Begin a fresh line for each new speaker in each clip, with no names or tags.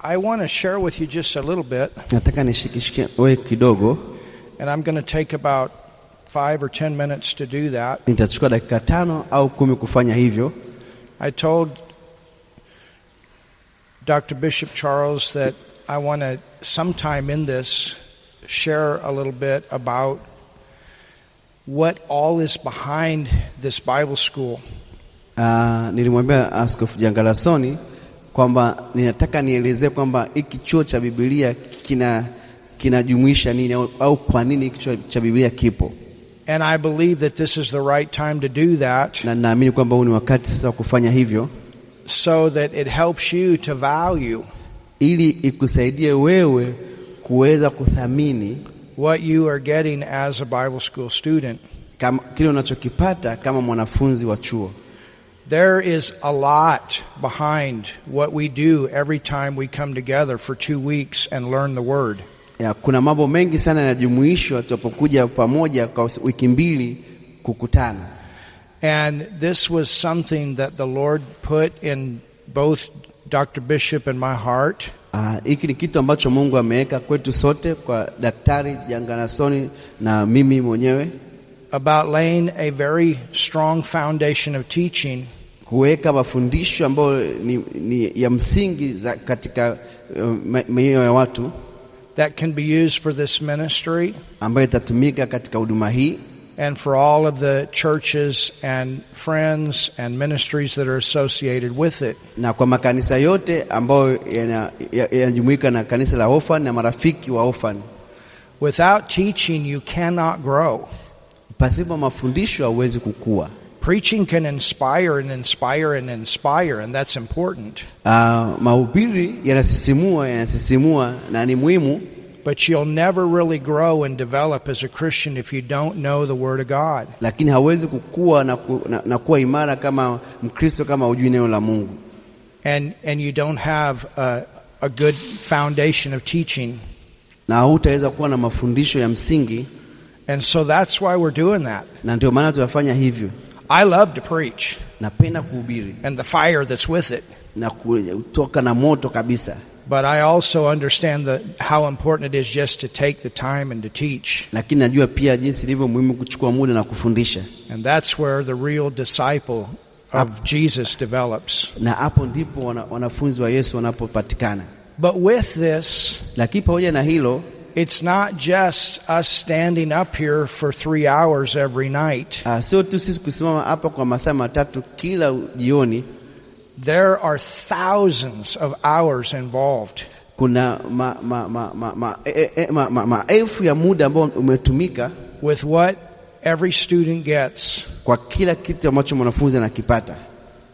I want to share with you just a little bit,
nataka nishikishike wewe kidogo.
and I'm going to take about five or ten minutes to do that.
Nitachukua dakika tano au kumi kufanya hivyo.
I told Dr. Bishop Charles that I want to, sometime in this, share a little bit about what all is behind this Bible school.
Uh, nilimwambia Askofu Jangalasoni kwamba ninataka nielezee kwamba hiki chuo cha Biblia kina kinajumuisha nini au, au kwa nini hiki chuo cha Biblia kipo,
And I believe that this is the right time to do that
na ninaamini kwamba huu ni wakati sasa wa kufanya hivyo
so that it helps you to value
ili ikusaidie wewe kuweza kuthamini
what you are getting as a Bible school student.
kama, kile unachokipata kama mwanafunzi wa chuo.
There is a lot behind what we do every time we come together for two weeks and learn the Word.
Ya, kuna mambo mengi sana yanajumuishwa tunapokuja pamoja kwa wiki mbili kukutana.
And this was something that the Lord put in both Dr. Bishop and my heart.
Ah, hiki ni kitu ambacho Mungu ameweka kwetu sote, kwa Daktari Janganasoni na mimi mwenyewe,
About laying a very strong foundation of teaching
kuweka mafundisho ambayo ni, ni ya msingi za katika um, ma- mioyo ya watu
that can be used for this ministry
ambayo itatumika katika huduma hii
and for all of the churches and friends and ministries that are associated with it.
na kwa makanisa yote ambayo yana- ya- yanajumuika na kanisa la Ofan na marafiki wa Ofan.
Without teaching, you cannot grow.
Pasipo mafundisho hauwezi kukua.
Preaching can inspire and inspire and inspire, and that's important.
Ah, mahubiri yanasisimua yanasisimua na ni muhimu,
But you'll never really grow and develop as a Christian if you don't know the Word of God.
lakini hawezi kukua na, ku, na, na kuwa imara kama Mkristo kama hujui neno la Mungu
and and you don't have a, a good foundation of teaching.
na hutaweza kuwa na mafundisho ya msingi,
And so that's why we're doing that.
na ndio maana tunafanya hivyo.
I love to preach
Napenda kuhubiri
and the fire that's with it,
na kutoka na moto kabisa,
but I also understand the, how important it is just to take the time and to teach.
lakini najua pia jinsi ilivyo muhimu kuchukua muda na kufundisha,
And that's where the real disciple of Jesus develops.
na hapo ndipo wana, wanafunzi wa Yesu wanapopatikana.
But with this,
Lakini pamoja na hilo,
it's not just us standing up here for three hours every night.
uh, sio tu sisi kusimama hapa kwa masaa matatu kila jioni,
There are thousands of hours involved.
kuna ma, ma, ma, ma, ma, e, e, ma, ma, maelfu ya muda ambao umetumika
with what every student gets.
kwa kila kitu ambacho mwanafunzi anakipata.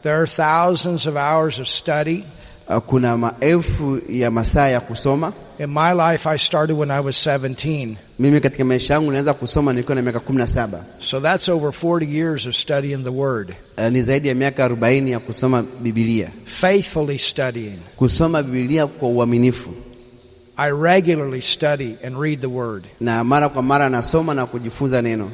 There are thousands of hours of study.
Uh, Kuna maelfu ya masaa ya kusoma.
In my life, I started when I was 17.
Mimi katika maisha yangu nilianza kusoma nikiwa na miaka kumi na saba.
So that's over 40 years of studying the Word,
Uh, Ni zaidi ya miaka arobaini ya kusoma Biblia,
faithfully studying.
kusoma Biblia kwa uaminifu,
I regularly study and read the Word.
na mara kwa mara nasoma na kujifunza neno,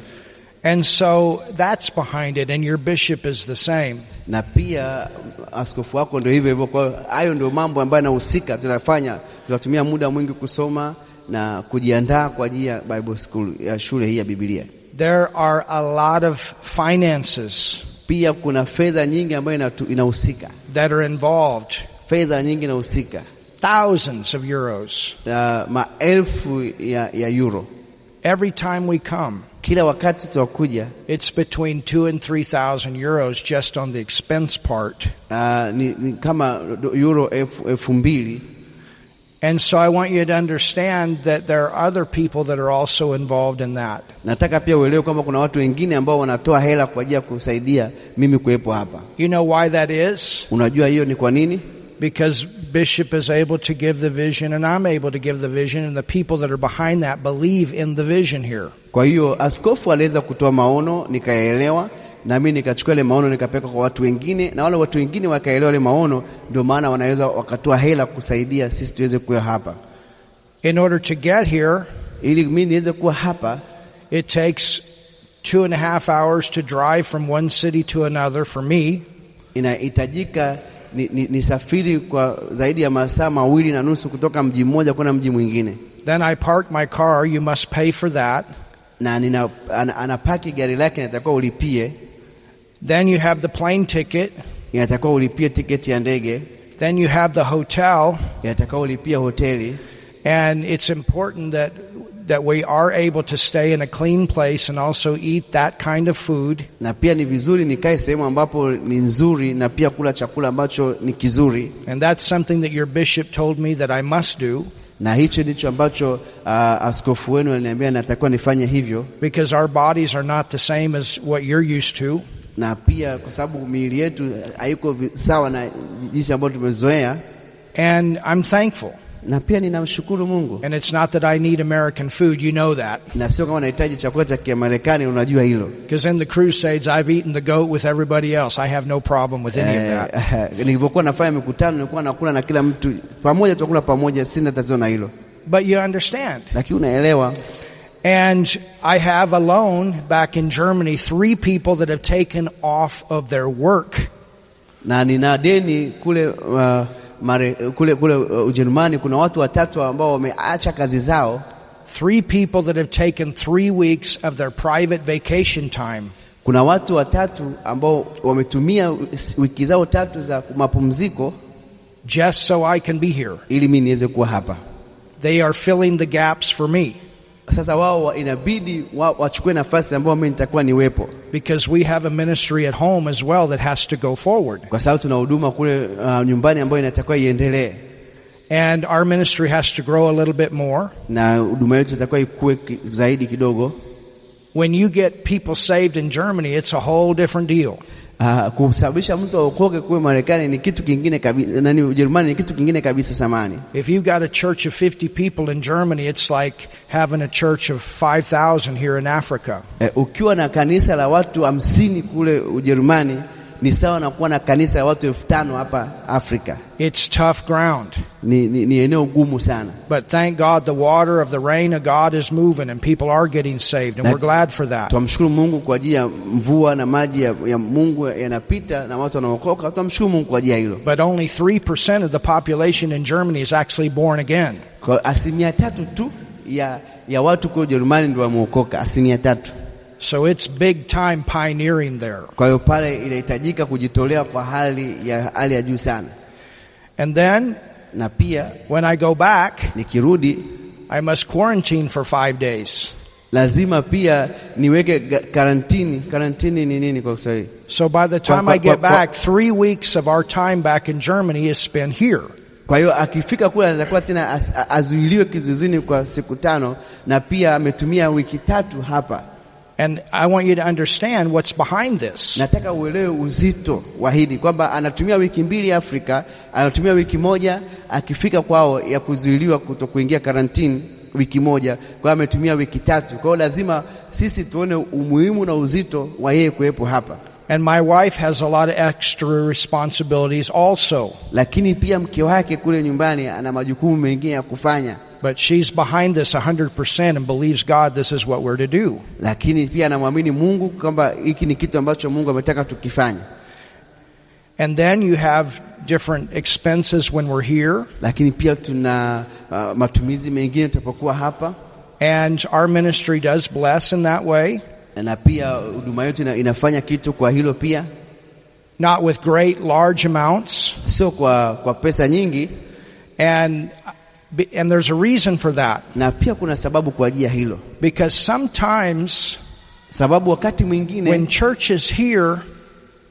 And so that's behind it, and your bishop is the same.
na pia askofu wako ndio hivyo hivyo. Kwa hiyo hayo ndio mambo ambayo yanahusika, tunafanya tunatumia muda mwingi kusoma na kujiandaa kwa ajili ya Bible school ya shule hii ya Biblia.
There are a lot of finances
Pia kuna fedha nyingi ambayo inatu- inahusika,
that are involved,
fedha nyingi inahusika
thousands of euros,
uh, maelfu ya, ya euro
every time we come.
kila wakati tunakuja.
It's between two and three thousand euros just on the expense part.
Uh, ni, ni kama do- euro elfu, elfu mbili
And so I want you to understand that there are other people that are also involved in that.
nataka pia uelewe kwamba kuna watu wengine ambao wanatoa hela kwa ajili ya kusaidia mimi kuwepo hapa.
You know why that is?
Unajua hiyo ni kwa nini?
Because Bishop is able to give the vision and I'm able to give the vision and the people that are behind that believe in the vision here.
Kwa hiyo askofu aliweza kutoa maono, nikaelewa na mimi nikachukua ile maono nikapeka kwa watu wengine, na wale watu wengine wakaelewa ile maono, ndio maana wanaweza wakatoa hela kusaidia sisi tuweze kuwa hapa.
In order to get here,
Ili mimi niweze kuwa hapa,
it takes two and a half hours to drive from one city to another for me.
inahitajika ni, ni, nisafiri kwa zaidi ya masaa mawili na nusu kutoka mji mmoja kwenda mji mwingine,
Then I park my car. You must pay for that.
na nina, an, anapaki gari lake, inatakiwa ulipie,
Then you have the plane ticket.
inatakiwa ulipie tiketi ya ndege,
Then you have the hotel.
inatakiwa ulipia hoteli,
And it's important that that we are able to stay in a clean place and also eat that kind of food.
na pia ni vizuri nikae sehemu ambapo ni nzuri, na pia kula chakula ambacho ni kizuri,
And that's something that your bishop told me that I must do
na hicho ndicho ambacho uh, askofu wenu aliniambia natakiwa nifanye hivyo,
because our bodies are not the same as what you're used to.
na pia kwa sababu miili yetu eh, haiko vi- sawa na jinsi ambavyo tumezoea,
And I'm thankful.
na pia ninamshukuru Mungu.
And it's not that I need American food, you know that.
na sio kama unahitaji chakula cha Kimarekani, unajua hilo
Because in the crusades, I've eaten the goat with everybody else. I have no problem with any of that.
Eh, nilivyokuwa nafanya mikutano nilikuwa nakula na kila mtu pamoja, tunakula pamoja, sina tatizo na hilo,
But you understand.
lakini unaelewa.
And I have alone back in Germany three people that have taken off of their work
Na nina deni kule uh, mare, kule kule uh, Ujerumani, kuna watu watatu ambao wameacha kazi zao.
Three people that have taken three weeks of their private vacation time
Kuna watu watatu ambao wametumia wiki zao tatu za mapumziko
just so I can be here.
ili mimi niweze kuwa hapa.
They are filling the gaps for me
Sasa wao wa- inabidi wa, wachukue nafasi ambao mimi nitakuwa niwepo.
because we have a ministry at home as well that has to go forward.
kwa sababu tuna huduma kule uh, nyumbani ambayo inatakiwa iendelee
And our ministry has to grow a little bit more.
na huduma yetu itakuwa ikue ki- zaidi kidogo.
When you get people saved in Germany, it's a whole different deal.
Uh, kusababisha mtu aokoke kuwe Marekani ni kitu kingine kabisa, nani Ujerumani ni kitu kingine kabisa samani.
If you've got a church of 50 people in Germany, it's like having a church of 5,000 here in Africa.
Eh, ukiwa na kanisa la watu hamsini kule Ujerumani ni sawa na kuwa na kanisa la watu elfu tano hapa Afrika.
It's tough ground.
Ni, ni, ni eneo gumu sana,
But thank God the water of the rain of God is moving and people are getting saved and
That-
we're glad for that.
twamshukuru Mungu kwa ajili ya mvua na maji ya, ya Mungu yanapita na watu wanaokoka. Twamshukuru Mungu kwa ajili ya hilo.
But only 3% of the population in Germany is actually born again.
Kwa asilimia tatu tu ya ya watu kule Ujerumani ndio wameokoka, asilimia tatu.
So it's big time pioneering there.
Kwa hiyo pale inahitajika kujitolea kwa hali ya hali ya juu sana,
And then
na pia
when I go back,
nikirudi
I must quarantine for 5 days.
lazima pia niweke ga- karantini. Karantini ni nini kwa Kiswahili?
So by the time
Qua-
I get
qua- qua-
back, 3 weeks of our time back in Germany is spent here.
Kwa hiyo akifika kule atakuwa tena as, a- azuiliwe kizuizini kwa siku tano, na pia ametumia wiki tatu hapa.
And I want you to understand what's behind this.
Nataka uelewe uzito wa hili kwamba anatumia wiki mbili Afrika, anatumia wiki moja akifika kwao ya kuzuiliwa kuto kuingia karantini wiki moja, kwa hiyo ametumia wiki tatu. Kwa hiyo lazima sisi tuone umuhimu na uzito wa yeye kuwepo hapa,
And my wife has a lot of extra responsibilities also,
lakini pia mke wake kule nyumbani ana majukumu mengine ya kufanya,
but she's behind this 100% and believes God this is what we're to do.
lakini pia anamwamini Mungu kwamba hiki ni kitu ambacho Mungu ametaka tukifanye.
And then you have different expenses when we're here.
Lakini pia tuna uh, matumizi mengine tutapokuwa hapa
And our ministry does bless in that way,
na pia huduma yetu ina, inafanya kitu kwa hilo pia,
not with great large amounts.
sio kwa, kwa pesa nyingi,
And, and there's a reason for that
na pia kuna sababu kwa ajili ya hilo,
because sometimes
sababu wakati mwingine
when churches here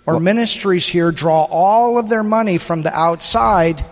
or ministries here draw all of their money from the outside,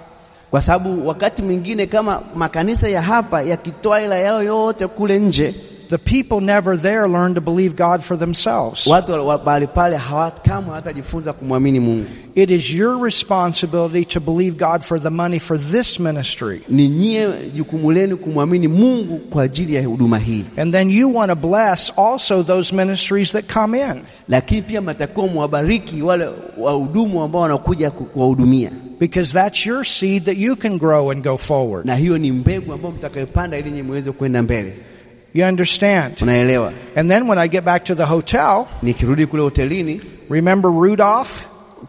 kwa sababu wakati mwingine kama makanisa ya hapa yakitoa hela yao yote kule nje,
the people never there learn to believe God for themselves.
watu wa- wa- mahali pale hawa- kamwe hawatajifunza kumwamini Mungu.
It is your responsibility to believe God for the money for this ministry.
Ni nyie jukumu lenu kumwamini Mungu kwa ajili ya huduma hii,
And then you want to bless also those ministries that come in
lakini pia mtakuwa mwabariki wale wahudumu ambao wanakuja ku- kuwahudumia,
because that's your seed that you can grow and go forward.
na hiyo ni mbegu ambayo mtakayopanda ili nyie muweze kwenda mbele.
You understand?
Unaelewa?
And then when I get back to the hotel,
Nikirudi kule hotelini
remember Rudolph?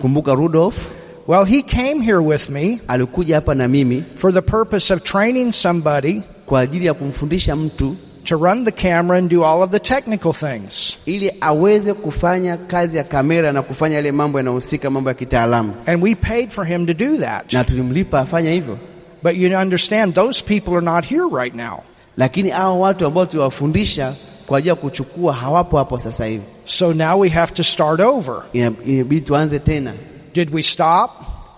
kumbuka Rudolf
Well, he came here with me
alikuja hapa na mimi
for the purpose of training somebody
kwa ajili ya kumfundisha mtu
to run the camera and do all of the technical things.
ili aweze kufanya kazi ya kamera na kufanya yale mambo yanayohusika mambo ya kitaalamu,
And we paid for him to do that.
na tulimlipa afanya hivyo.
But you understand, those people are not here right now.
Lakini hao watu ambao tuliwafundisha kwa ajili ya kuchukua hawapo hapo sasa hivi,
So now we have to start over.
Ina- inabidi tuanze tena.
Did we stop?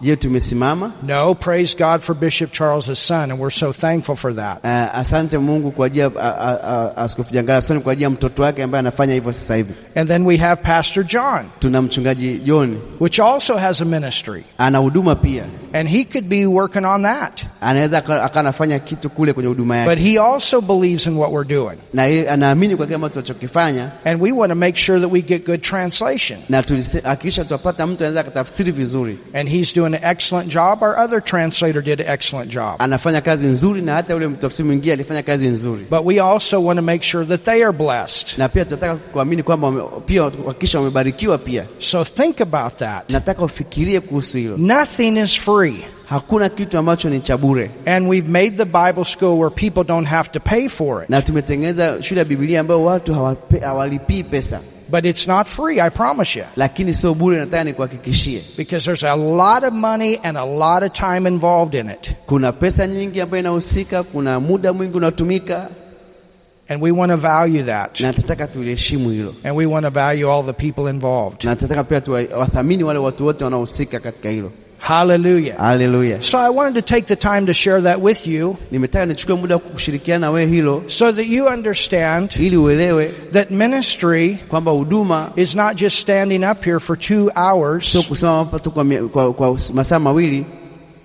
Je, tumesimama?
No, praise God for Bishop Charles's son, and we're so thankful for that.
Uh, asante Mungu kwa ajili ya a- a- a- Askofu Jangalasoni kwa ajili ya mtoto wake ambaye anafanya hivyo sasa hivi.
And then we have Pastor John,
Tuna mchungaji John
which also has a ministry,
ana huduma pia,
and he could be working on that.
anaweza aka- akawa anafanya kitu kule kwenye huduma yake,
But he also believes in what we're doing.
na yeye anaamini kwa kile ambacho tunachokifanya,
And we want to make sure that we get good translation.
na tulihakikisha tutapata mtu anaweza akatafsiri vizuri.
And he's doing an excellent job. Our other translator did an excellent job.
anafanya kazi nzuri na hata yule mtafsiri mwingine alifanya kazi nzuri,
But we also want to make sure that they are blessed.
na pia tunataka kuamini kwamba wame- pia kuhakikisha wamebarikiwa pia.
So think about that.
Nataka ufikirie kuhusu hilo.
Nothing is free.
Hakuna kitu ambacho ni cha bure,
And we've made the Bible school where people don't have to pay for it.
na tumetengeneza shule ya Biblia ambayo watu hawape, hawalipii pesa,
But it's not free, I promise you.
lakini sio bure. Nataka nikuhakikishie
Because there's a lot of money and a lot of time involved in it.
kuna pesa nyingi ambayo inahusika, kuna muda mwingi unatumika,
And we want to value that.
na tunataka tuliheshimu hilo,
And we want to value all the people involved.
na tunataka pia tuwathamini wale watu wote wanaohusika katika hilo.
Hallelujah.
Haleluya!
So I wanted to take the time to share that with you
Nimetaka nichukue muda kushirikiana na wewe hilo,
so that you understand
ili uelewe
that ministry
kwamba huduma
is not just standing up here for two
sio
hours.
kusimama hapa tu kwa, mia- kwa, kwa masaa mawili.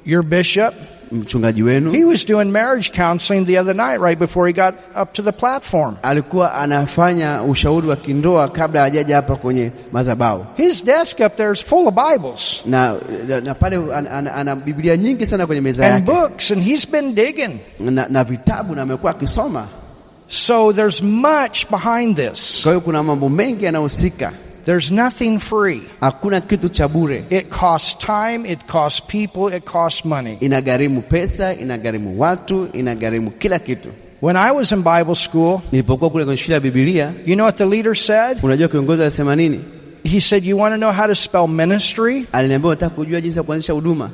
Your bishop,
Mchungaji wenu
he was doing marriage counseling the other night right before he got up to the platform.
alikuwa anafanya ushauri wa kindoa kabla hajaja hapa kwenye madhabahu
His desk up there is full of Bibles
na, na, na pale ana, ana, ana Biblia nyingi sana kwenye meza
and
yake
books, and he's been digging.
na, na vitabu na amekuwa akisoma.
So there's much behind this.
Kwa hiyo kuna mambo mengi yanahusika,
There's nothing free.
hakuna kitu cha bure.
It costs time, it costs people, it costs money.
Inagharimu pesa, inagharimu watu, inagharimu kila kitu.
When I was in Bible school,
Nilipokuwa kule kwenye shule ya Biblia,
you know what the leader said?
unajua kiongozi alisema nini?
He said, You want to know how to spell ministry?
Aliniambia nataka kujua jinsi ya kuanzisha huduma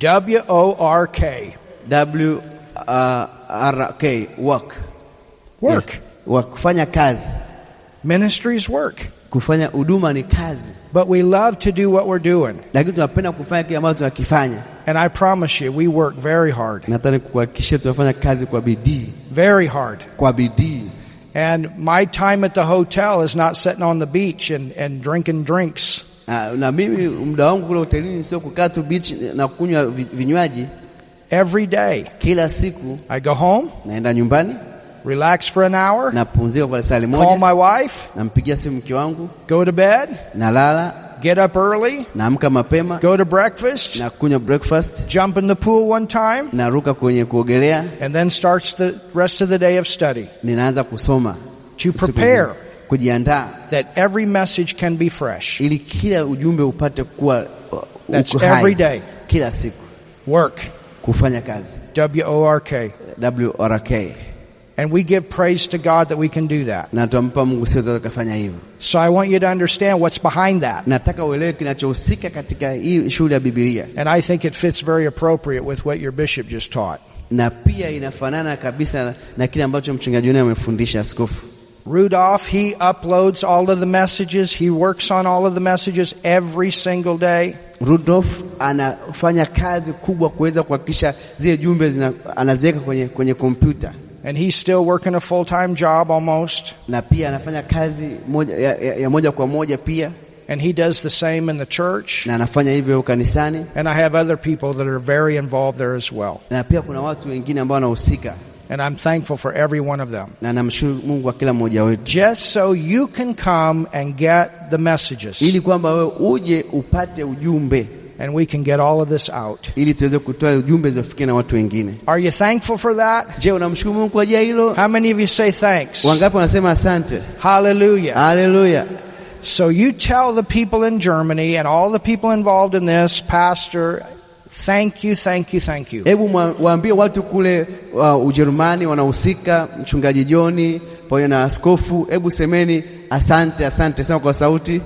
W O R K.
W uh, R K work
Work.
Yeah. Work, kufanya kazi,
Ministry is work.
kufanya huduma ni kazi,
But we love to do what we're doing.
lakini tunapenda kufanya kile ambacho tunakifanya.
And I promise you, we work very hard.
Nataka kuhakikishia tunafanya kazi kwa bidii,
Very hard.
kwa bidii.
And my time at the hotel is not sitting on the beach and, and drinking drinks.
Ah, Na mimi muda wangu kule hotelini sio kukaa tu beach na kunywa vi- vinywaji
Every day,
kila siku.
I go home,
Naenda nyumbani,
relax for an hour,
napumzika kwa sali
call
moja,
my wife,
nampigia simu mke wangu,
go to bed,
nalala,
get up early,
naamka mapema,
go to breakfast,
na kunywa breakfast,
jump in the pool one time,
naruka kwenye kuogelea,
and then starts the rest of the day of study
ninaanza kusoma
to
siku
prepare
nzima. kujiandaa
that every message can be fresh.
ili kila ujumbe upate kuwa uh,
That's
uko hai.
every day.
kila siku
Work.
kufanya kazi
W O R K.
WRK
And we give praise to God that we can do that.
na tuampa Mungu sio tunaweza kufanya hivyo.
So I want you to understand what's behind that.
Nataka uelewe kinachohusika katika hii shule ya Biblia,
And I think it fits very appropriate with what your bishop just taught.
na pia inafanana kabisa na- na kile ambacho mchungaji wenu amefundisha askofu.
Rudolph, he uploads all of the messages. He works on all of the messages every single day.
Rudolf anafanya kazi kubwa kuweza kuhakikisha zile jumbe zina, anaziweka kwenye, kwenye kompyuta
And he's still working a full time job almost.
na pia anafanya kazi moja, ya, ya, ya moja kwa moja pia
And he does the same in the church.
na anafanya hivyo kanisani
And I have other people that are very involved there as well.
na pia kuna watu wengine ambao wanahusika
And I'm thankful for every one of them.
na namshukuru Mungu kwa kila mmoja wetu,
Just so you can come and get the messages.
ili kwamba wewe uje upate ujumbe,
And we can get all of this out.
ili tuweze kutoa ujumbe ziofikie na watu wengine.
Are you thankful for that?
Je, unamshukuru Mungu kwa ajili ya hilo?
How many of you say thanks?
Wangapi wanasema asante?
Hallelujah.
Haleluya!
So you tell the people in Germany and all the people involved in this, Pastor, thank you, thank you, thank you.
Hebu mwa- waambie watu kule wa Ujerumani wanahusika, mchungaji Joni pamoja na askofu, hebu semeni asante, asante, sema kwa sauti.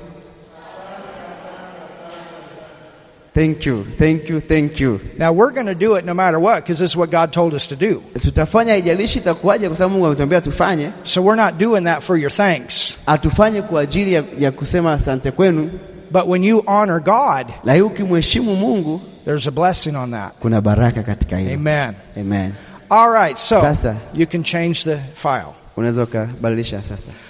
Thank you, thank you, thank you.
Now we're going to do it no matter what because this is what God told us to do.
Tutafanya haijalishi itakuwaje, kwa sababu Mungu ametuambia tufanye.
So we're not doing that for your thanks.
Atufanye kwa ajili ya, ya kusema asante kwenu,
But when you honor God,
lakini ukimheshimu Mungu
there's a blessing on that.
kuna baraka katika hilo.
Amen.
Amen.
All right, so
Sasa.
you can change the file.
Unaweza ukabadilisha sasa.